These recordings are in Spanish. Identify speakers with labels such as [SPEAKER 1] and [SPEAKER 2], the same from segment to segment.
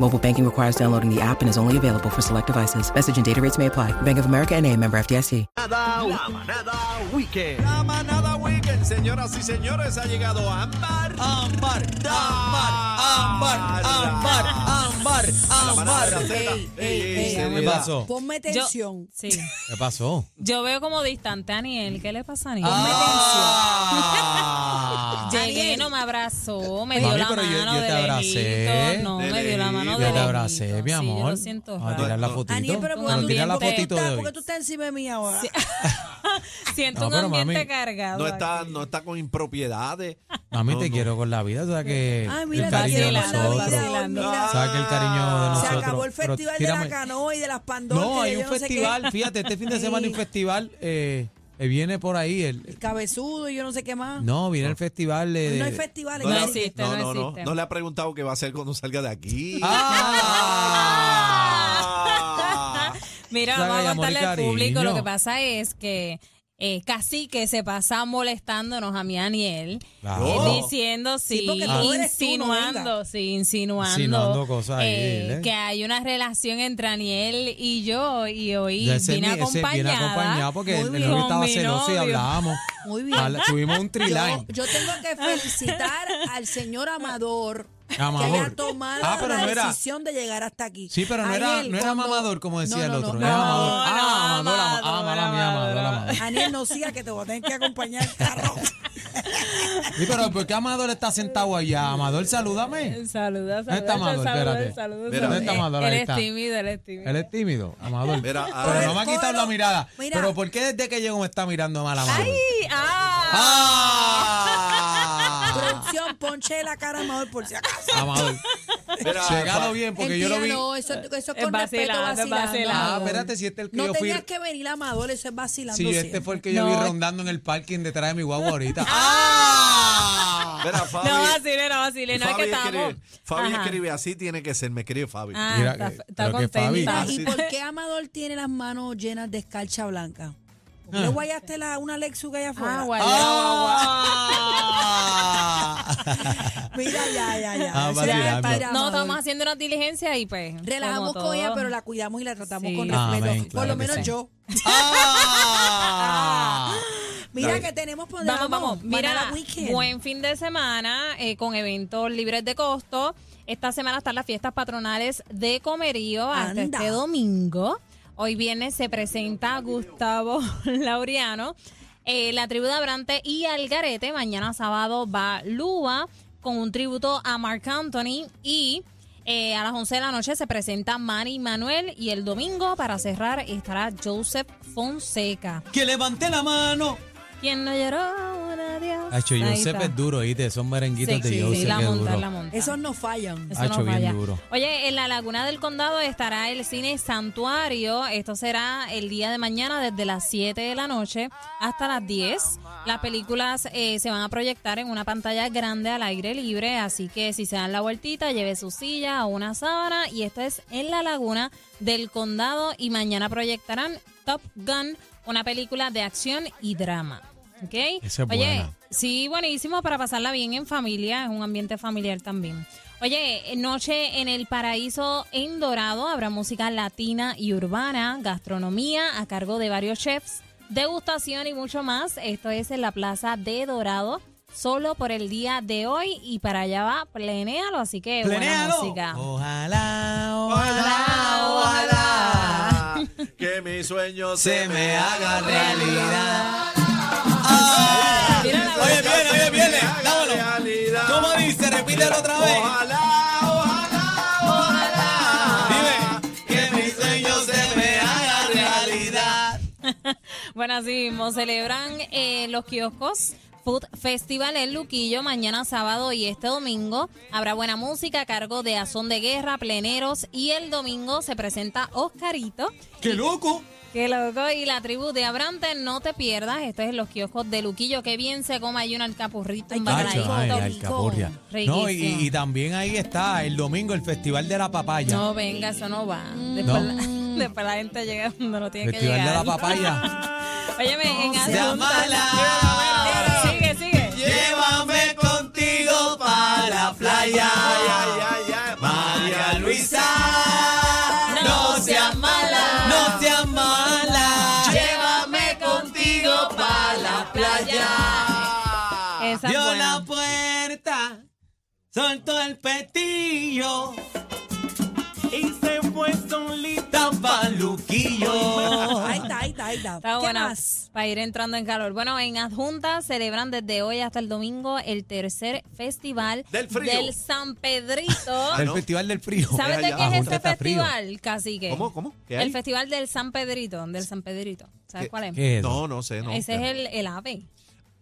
[SPEAKER 1] Mobile banking requires downloading the app and is only available for select devices. Message and data rates may apply. Bank of America and a member FDIC.
[SPEAKER 2] Manada, la manada weekend.
[SPEAKER 3] La manada weekend, señoras y señores, ha llegado Ámbar. Ámbar, Ámbar, Ámbar, Ámbar, Ámbar,
[SPEAKER 2] manada
[SPEAKER 3] Ámbar.
[SPEAKER 2] Z.
[SPEAKER 3] Ey,
[SPEAKER 2] Ey,
[SPEAKER 3] ey,
[SPEAKER 2] ey,
[SPEAKER 3] ey,
[SPEAKER 2] seriedad.
[SPEAKER 4] ¿Qué pasó?
[SPEAKER 5] Ponme tensión.
[SPEAKER 6] Sí.
[SPEAKER 4] ¿Qué pasó?
[SPEAKER 6] Yo veo como distante a Aniel. ¿Qué le pasa a Aniel?
[SPEAKER 4] Ah,
[SPEAKER 6] Llegué, no me abrazó, me dio
[SPEAKER 4] Mami,
[SPEAKER 6] la
[SPEAKER 4] pero
[SPEAKER 6] mano
[SPEAKER 4] yo- yo
[SPEAKER 6] de
[SPEAKER 4] te abracé.
[SPEAKER 6] lejito. No,
[SPEAKER 2] De
[SPEAKER 6] me dio la
[SPEAKER 2] lejito.
[SPEAKER 6] mano de
[SPEAKER 4] ya te
[SPEAKER 6] lejito.
[SPEAKER 4] abracé, mi
[SPEAKER 6] Sí, yo
[SPEAKER 4] amor.
[SPEAKER 6] lo siento
[SPEAKER 4] Vamos a
[SPEAKER 6] raro.
[SPEAKER 4] tirar la fotito.
[SPEAKER 5] Aniel, pero ¿por
[SPEAKER 4] Pero
[SPEAKER 5] qué
[SPEAKER 4] tira la
[SPEAKER 5] tú
[SPEAKER 4] fotito de
[SPEAKER 5] estás,
[SPEAKER 4] hoy.
[SPEAKER 5] porque tú estás encima de mí ahora?
[SPEAKER 6] Siento
[SPEAKER 4] No,
[SPEAKER 6] un
[SPEAKER 4] pero,
[SPEAKER 6] ambiente
[SPEAKER 4] mami,
[SPEAKER 6] cargado.
[SPEAKER 2] No está,
[SPEAKER 6] aquí.
[SPEAKER 2] no está con impropiedades.
[SPEAKER 4] Mami,
[SPEAKER 2] No,
[SPEAKER 4] te
[SPEAKER 2] no.
[SPEAKER 4] quiero con la vida. O sea que
[SPEAKER 5] Ay,
[SPEAKER 4] el
[SPEAKER 5] mira, te
[SPEAKER 4] cariño de
[SPEAKER 5] quiero con la vida
[SPEAKER 4] nosotros.
[SPEAKER 5] hoy,
[SPEAKER 6] Vacilando.
[SPEAKER 5] mira.
[SPEAKER 4] ¿Sabes que el cariño de
[SPEAKER 2] Se
[SPEAKER 4] nosotros?
[SPEAKER 5] Se acabó el
[SPEAKER 4] Pero
[SPEAKER 5] festival de
[SPEAKER 4] tírame-
[SPEAKER 5] la canoa y de las pandorcas.
[SPEAKER 4] No, hay
[SPEAKER 5] y
[SPEAKER 4] un
[SPEAKER 5] yo no sé qué.
[SPEAKER 4] festival. Fíjate, este fin de semana hay un
[SPEAKER 5] Sí.
[SPEAKER 4] festival. eh, eh, viene por ahí. El,
[SPEAKER 5] Cabezudo y yo no sé qué más.
[SPEAKER 4] no, eh, viene el festival de.
[SPEAKER 5] No hay
[SPEAKER 4] de-
[SPEAKER 5] festivales.
[SPEAKER 6] No
[SPEAKER 2] le-
[SPEAKER 5] Entonces,
[SPEAKER 6] existe,
[SPEAKER 2] no,
[SPEAKER 6] no
[SPEAKER 2] no, no.
[SPEAKER 6] existe.
[SPEAKER 2] No le ha preguntado qué va a hacer cuando salga de aquí.
[SPEAKER 4] ¡Ah!
[SPEAKER 2] Ah.
[SPEAKER 6] Mira,
[SPEAKER 4] Saca
[SPEAKER 6] vamos
[SPEAKER 4] de
[SPEAKER 6] a
[SPEAKER 4] amor y
[SPEAKER 6] contarle al público.
[SPEAKER 4] cariño.
[SPEAKER 6] Lo que pasa es que eh, casi que se pasa molestándonos a mí, Aniel.
[SPEAKER 4] Claro.
[SPEAKER 6] eh,
[SPEAKER 2] Oh.
[SPEAKER 6] diciendo, sí,
[SPEAKER 5] porque tú eres tú, no venga.
[SPEAKER 6] insinuando, sí, insinuando,
[SPEAKER 4] Insinuando cosas ahí, ¿eh?
[SPEAKER 6] que hay una relación entre Aniel y yo. Y hoy
[SPEAKER 4] Ya ese
[SPEAKER 6] vine
[SPEAKER 4] mi- ese viene
[SPEAKER 5] ¿ah?
[SPEAKER 6] acompañada.
[SPEAKER 4] acompañado porque el
[SPEAKER 6] Muy
[SPEAKER 4] el
[SPEAKER 6] bien.
[SPEAKER 4] novio estaba
[SPEAKER 6] Con mi
[SPEAKER 4] celoso y
[SPEAKER 6] novio.
[SPEAKER 4] hablábamos.
[SPEAKER 5] Muy bien.
[SPEAKER 4] Habla- Tuvimos un triline.
[SPEAKER 5] Yo, yo tengo que felicitar al señor Amador. Que
[SPEAKER 4] Amador.
[SPEAKER 5] haya tomado
[SPEAKER 4] Ah, pero
[SPEAKER 5] la
[SPEAKER 4] no era-
[SPEAKER 5] decisión de llegar hasta aquí.
[SPEAKER 4] Sí, pero no era,
[SPEAKER 5] Aniel,
[SPEAKER 4] no era
[SPEAKER 5] cuando-
[SPEAKER 4] mamador, como decía
[SPEAKER 5] No, no,
[SPEAKER 4] el otro.
[SPEAKER 5] no,
[SPEAKER 4] era
[SPEAKER 5] no,
[SPEAKER 4] mamador.
[SPEAKER 6] no,
[SPEAKER 4] ah,
[SPEAKER 6] no,
[SPEAKER 4] mamador, ama-
[SPEAKER 6] amador,
[SPEAKER 4] ah, mala mía,
[SPEAKER 6] amador,
[SPEAKER 4] amador,
[SPEAKER 6] amador.
[SPEAKER 4] amador.
[SPEAKER 5] Aniel, no siga que te voy a tener que acompañar el carro.
[SPEAKER 4] Sí, pero ¿por qué Amador está sentado allá? Amador, salúdame.
[SPEAKER 6] Saluda,
[SPEAKER 4] ¿Dónde
[SPEAKER 6] saluda,
[SPEAKER 4] está Amador?
[SPEAKER 6] saluda,
[SPEAKER 4] Espérate.
[SPEAKER 6] saluda,
[SPEAKER 4] ¿Dónde
[SPEAKER 6] saluda.
[SPEAKER 4] está Amador? Ahí
[SPEAKER 6] Él
[SPEAKER 4] está.
[SPEAKER 6] es tímido, él es tímido.
[SPEAKER 4] Él es tímido, Amador.
[SPEAKER 2] Mira, ah,
[SPEAKER 4] pero no me ha quitado
[SPEAKER 5] Cógelo.
[SPEAKER 4] la mirada.
[SPEAKER 5] Mira.
[SPEAKER 4] Pero ¿por qué desde que llego me está mirando mal Amador?
[SPEAKER 6] Sí, ah,
[SPEAKER 4] ¡Ah!
[SPEAKER 5] Producción, ponche la cara a Amador por si acaso.
[SPEAKER 4] Amador.
[SPEAKER 2] Mira,
[SPEAKER 4] Llegado
[SPEAKER 2] pa-
[SPEAKER 4] bien, porque yo lo vi. Eh,
[SPEAKER 5] No, eso, eso es
[SPEAKER 6] Es
[SPEAKER 5] con respeto
[SPEAKER 6] vacilando, es
[SPEAKER 5] vacilando.
[SPEAKER 6] vacilando.
[SPEAKER 4] Ah, espérate, si este es el que
[SPEAKER 5] No
[SPEAKER 4] yo fui.
[SPEAKER 5] tenías que venir, Amador, eso es vacilando.
[SPEAKER 4] Si yo este
[SPEAKER 5] siempre.
[SPEAKER 4] fue el que yo vi
[SPEAKER 6] No.
[SPEAKER 4] rondando en el parking detrás de mi guagua ahorita. ¡Ah!
[SPEAKER 2] Mira, Fabi.
[SPEAKER 6] no vacile, no vacile, no es
[SPEAKER 2] Fabi
[SPEAKER 6] que estamos.
[SPEAKER 2] escribe, Fabi
[SPEAKER 6] Ajá.
[SPEAKER 2] escribe, así tiene que ser, me escribe Fabi.
[SPEAKER 6] Ah,
[SPEAKER 4] Mira,
[SPEAKER 6] está,
[SPEAKER 4] que-
[SPEAKER 6] está
[SPEAKER 4] pero que Fabi-
[SPEAKER 6] contenta.
[SPEAKER 5] ¿Y
[SPEAKER 2] sí.
[SPEAKER 5] por qué Amador tiene las manos llenas de escarcha blanca? ¿Por qué le guayaste la, una Lexus que hay afuera?
[SPEAKER 6] Ah, guayaba, guayaba.
[SPEAKER 4] ¡Ah!
[SPEAKER 5] Mira, ya, ya, ya.
[SPEAKER 4] Ah,
[SPEAKER 5] Eso
[SPEAKER 4] vacilando.
[SPEAKER 5] era para ir a
[SPEAKER 6] No,
[SPEAKER 5] Amador.
[SPEAKER 6] estamos haciendo una diligencia y pues.
[SPEAKER 5] Relajamos
[SPEAKER 6] como
[SPEAKER 5] con ella,
[SPEAKER 6] todo.
[SPEAKER 5] pero la cuidamos y la tratamos
[SPEAKER 6] Sí.
[SPEAKER 5] con
[SPEAKER 4] Amén,
[SPEAKER 5] respeto. por
[SPEAKER 4] claro
[SPEAKER 5] lo
[SPEAKER 4] Ah, que
[SPEAKER 5] menos
[SPEAKER 4] sí.
[SPEAKER 5] yo.
[SPEAKER 4] ¡Ah!
[SPEAKER 5] Mira
[SPEAKER 2] Dale.
[SPEAKER 5] que tenemos poder.
[SPEAKER 6] Vamos, vamos. Mira,
[SPEAKER 5] Banana Weekend.
[SPEAKER 6] buen fin de semana eh, con eventos libres de costo. Esta semana están las fiestas patronales de Comerío hasta
[SPEAKER 5] Anda.
[SPEAKER 6] este domingo. Hoy viernes se presenta Gustavo Laureano, eh, la tribu de Abrante y Algarete. Mañana sábado va Lua con un tributo a Marc Anthony y... eh, a las 11 de la noche se presenta Manny Manuel y el domingo para cerrar estará Joseph Fonseca.
[SPEAKER 4] ¡Que levante la mano!
[SPEAKER 6] ¿Quién no lloró? Un adiós.
[SPEAKER 4] Hacho,
[SPEAKER 6] Ahí
[SPEAKER 4] Joseph
[SPEAKER 6] está.
[SPEAKER 4] es duro, ¿viste? Son merenguitos
[SPEAKER 6] Sí,
[SPEAKER 4] de
[SPEAKER 6] sí,
[SPEAKER 4] Joseph.
[SPEAKER 6] sí, la
[SPEAKER 4] qué
[SPEAKER 6] monta,
[SPEAKER 4] duro.
[SPEAKER 6] la monta.
[SPEAKER 5] Esos no fallan.
[SPEAKER 6] Eso no
[SPEAKER 4] Hacho, bien
[SPEAKER 6] falla.
[SPEAKER 4] duro.
[SPEAKER 6] Oye, en la Laguna del Condado estará el cine Santuario. Esto será el día de mañana desde las 7 de la noche hasta las 10. Las películas eh, se van a proyectar en una pantalla grande al aire libre, así que si se dan la vueltita, lleve su silla o una sábana. Y esto es en la Laguna del Condado y mañana proyectarán Top Gun, una película de acción y drama. ¿Ok?
[SPEAKER 4] Esa es
[SPEAKER 6] Oye,
[SPEAKER 4] buena.
[SPEAKER 6] Sí, buenísimo para pasarla bien en familia, es un ambiente familiar también. Oye, eh, noche en el paraíso en Dorado habrá música latina y urbana, gastronomía a cargo de varios chefs, degustación y mucho más. Esto es en la Plaza de Dorado, solo por el día de hoy y para allá va, plenéalo, así que buena
[SPEAKER 4] ¡Plenéalo! Oh.
[SPEAKER 6] música.
[SPEAKER 4] Ojalá,
[SPEAKER 2] Ojalá,
[SPEAKER 4] ojalá, ojalá
[SPEAKER 2] ojalá, que mi sueño
[SPEAKER 4] se me haga realidad.
[SPEAKER 6] Mira la
[SPEAKER 4] Oye, viene, oye, viene. Dámelo.
[SPEAKER 2] Realidad.
[SPEAKER 4] ¿Cómo dice? Repítelo otra vez.
[SPEAKER 2] Ojalá, ojalá, ojalá.
[SPEAKER 4] Dime. Que mi sueño se me haga realidad.
[SPEAKER 6] Bueno, así mismo celebran eh, los kioscos. Food Festival en Luquillo mañana sábado y este domingo. Habrá buena música a cargo de Azón de Guerra, Pleneros y el domingo se presenta Oscarito.
[SPEAKER 4] ¡Qué loco!
[SPEAKER 6] Qué loco. Y la tribu de Abrante, no te pierdas. Esto es en los kioscos de Luquillo. Qué bien se come ahí un alcapurrito, un
[SPEAKER 5] Ay, qué
[SPEAKER 4] Nacho,
[SPEAKER 6] bacalaíto.
[SPEAKER 4] ay,
[SPEAKER 5] rico.
[SPEAKER 4] ay, capurria.
[SPEAKER 6] Riquísimo.
[SPEAKER 4] No, y, y también ahí está el domingo el Festival de la Papaya.
[SPEAKER 6] No, venga, eso no va. Después, la, después la gente llega donde no tiene
[SPEAKER 4] Mm. Festival
[SPEAKER 6] que
[SPEAKER 4] de
[SPEAKER 6] llegar.
[SPEAKER 4] la Papaya.
[SPEAKER 6] Óyeme, en
[SPEAKER 4] sea
[SPEAKER 6] Asunta-
[SPEAKER 4] mala.
[SPEAKER 6] Sigue, sigue.
[SPEAKER 4] Llévame contigo
[SPEAKER 3] pa' la playa. María Luisa,
[SPEAKER 6] no seas mala.
[SPEAKER 4] no seas mala.
[SPEAKER 6] Llévame contigo pa' la playa. Esa es
[SPEAKER 4] Dio
[SPEAKER 6] buena.
[SPEAKER 4] la puerta, soltó el petillo y se fue solita paluquillo.
[SPEAKER 5] Ahí está, ahí está, ahí está.
[SPEAKER 6] Está
[SPEAKER 5] ¿Qué
[SPEAKER 6] buena
[SPEAKER 5] más?
[SPEAKER 6] para ir entrando en calor. Bueno, en Adjunta celebran desde hoy hasta el domingo el tercer festival
[SPEAKER 2] Del frío.
[SPEAKER 6] San Pedrito.
[SPEAKER 2] Ah,
[SPEAKER 4] El
[SPEAKER 2] ¿no?
[SPEAKER 4] festival del frío.
[SPEAKER 6] ¿Sabes de
[SPEAKER 2] allá.
[SPEAKER 6] qué es
[SPEAKER 4] Adjunta
[SPEAKER 6] este
[SPEAKER 4] está frío.
[SPEAKER 6] festival, cacique?
[SPEAKER 2] ¿Cómo? ¿Cómo? ¿Qué hay?
[SPEAKER 6] El festival del San Pedrito, del San Pedrito. ¿Sabes
[SPEAKER 2] ¿Qué-
[SPEAKER 6] cuál es?
[SPEAKER 4] ¿Qué es? eso?
[SPEAKER 2] No, no sé, no.
[SPEAKER 6] Ese es el, el ave.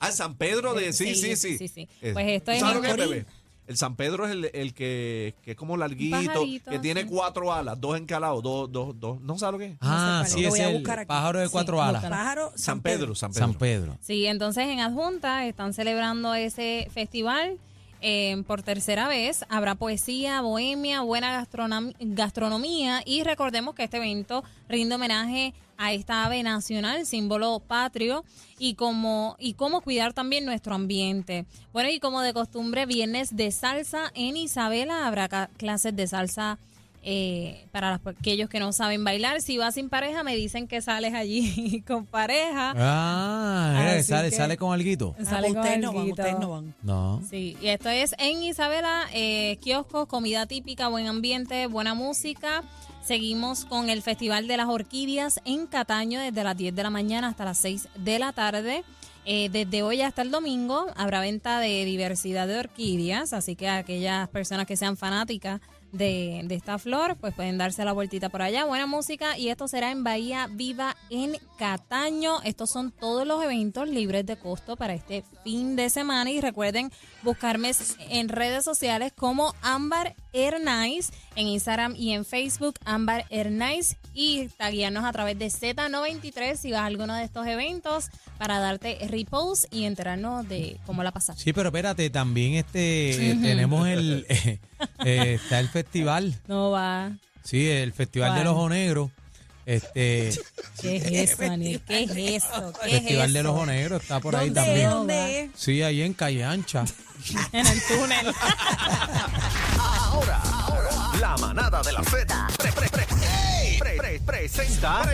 [SPEAKER 2] Ah, San Pedro de. Sí, sí, sí.
[SPEAKER 6] sí, sí.
[SPEAKER 2] Eh,
[SPEAKER 6] Pues esto es
[SPEAKER 2] ¿Sabes lo
[SPEAKER 6] en
[SPEAKER 2] que es,
[SPEAKER 6] Corín.
[SPEAKER 2] bebé? El San Pedro es el, el que, que es como larguito,
[SPEAKER 6] pajarito,
[SPEAKER 2] que tiene
[SPEAKER 6] sí.
[SPEAKER 2] cuatro alas, dos encalados, dos, dos, dos. ¿No sabes lo que es?
[SPEAKER 4] Ah,
[SPEAKER 5] sé cuál
[SPEAKER 4] sí,
[SPEAKER 5] es. Lo
[SPEAKER 4] es
[SPEAKER 5] voy a
[SPEAKER 4] el
[SPEAKER 5] buscar aquí.
[SPEAKER 4] pájaro de
[SPEAKER 6] Sí,
[SPEAKER 4] cuatro alas.
[SPEAKER 6] búscalo.
[SPEAKER 5] Pájaro
[SPEAKER 2] San Pedro, San Pedro.
[SPEAKER 4] San Pedro.
[SPEAKER 6] Sí, entonces en Adjunta están celebrando ese festival eh, por tercera vez. Habrá poesía, bohemia, buena gastronom- gastronomía y recordemos que este evento rinde homenaje a esta ave nacional, símbolo patrio y como y cómo cuidar también nuestro ambiente. Bueno, y como de costumbre, viernes de salsa en Isabela habrá ca- clases de salsa eh, para las- aquellos que no saben bailar. Si vas sin pareja, me dicen que sales allí con pareja.
[SPEAKER 4] Ah, mira, que
[SPEAKER 6] Así
[SPEAKER 4] sale,
[SPEAKER 6] que-
[SPEAKER 4] sale con alguito.
[SPEAKER 6] Sale con
[SPEAKER 5] ustedes Ah, no van,
[SPEAKER 6] alguito.
[SPEAKER 5] ustedes no van.
[SPEAKER 4] No.
[SPEAKER 6] Sí, y esto es en Isabela, eh, kioscos, comida típica, buen ambiente, buena música. Seguimos con el Festival de las Orquídeas en Cataño desde las 10 de la mañana hasta las 6 de la tarde. Eh, desde hoy hasta el domingo habrá venta de diversidad de orquídeas, así que aquellas personas que sean fanáticas de, de esta flor, pues pueden darse la vueltita por allá. Buena música y esto será en Bahía Viva en Cataño. Estos son todos los eventos libres de costo para este fin de semana y recuerden buscarme en redes sociales como Ámbar Hernais en Instagram y en Facebook Ámbar Hernais y taguearnos a través de Z93 si vas a alguno de estos eventos para darte repost y enterarnos de cómo la pasaste.
[SPEAKER 4] Sí, pero espérate, también este eh, tenemos el eh, eh, está el festival,
[SPEAKER 6] No va.
[SPEAKER 4] sí, el festival
[SPEAKER 6] ¿Cuál?
[SPEAKER 4] del ojo negro, este
[SPEAKER 6] ¿Qué es eso, Daniel? ¿Qué es eso? ¿Qué es
[SPEAKER 4] festival del
[SPEAKER 6] eso?
[SPEAKER 4] ojo negro está por ahí
[SPEAKER 5] ¿Dónde
[SPEAKER 4] también.
[SPEAKER 5] es? ¿Dónde es?
[SPEAKER 4] Sí, ahí en Calle Ancha.
[SPEAKER 6] En el túnel.
[SPEAKER 7] La manada de la Z. Pre- pre- pre- pre- pre- presenta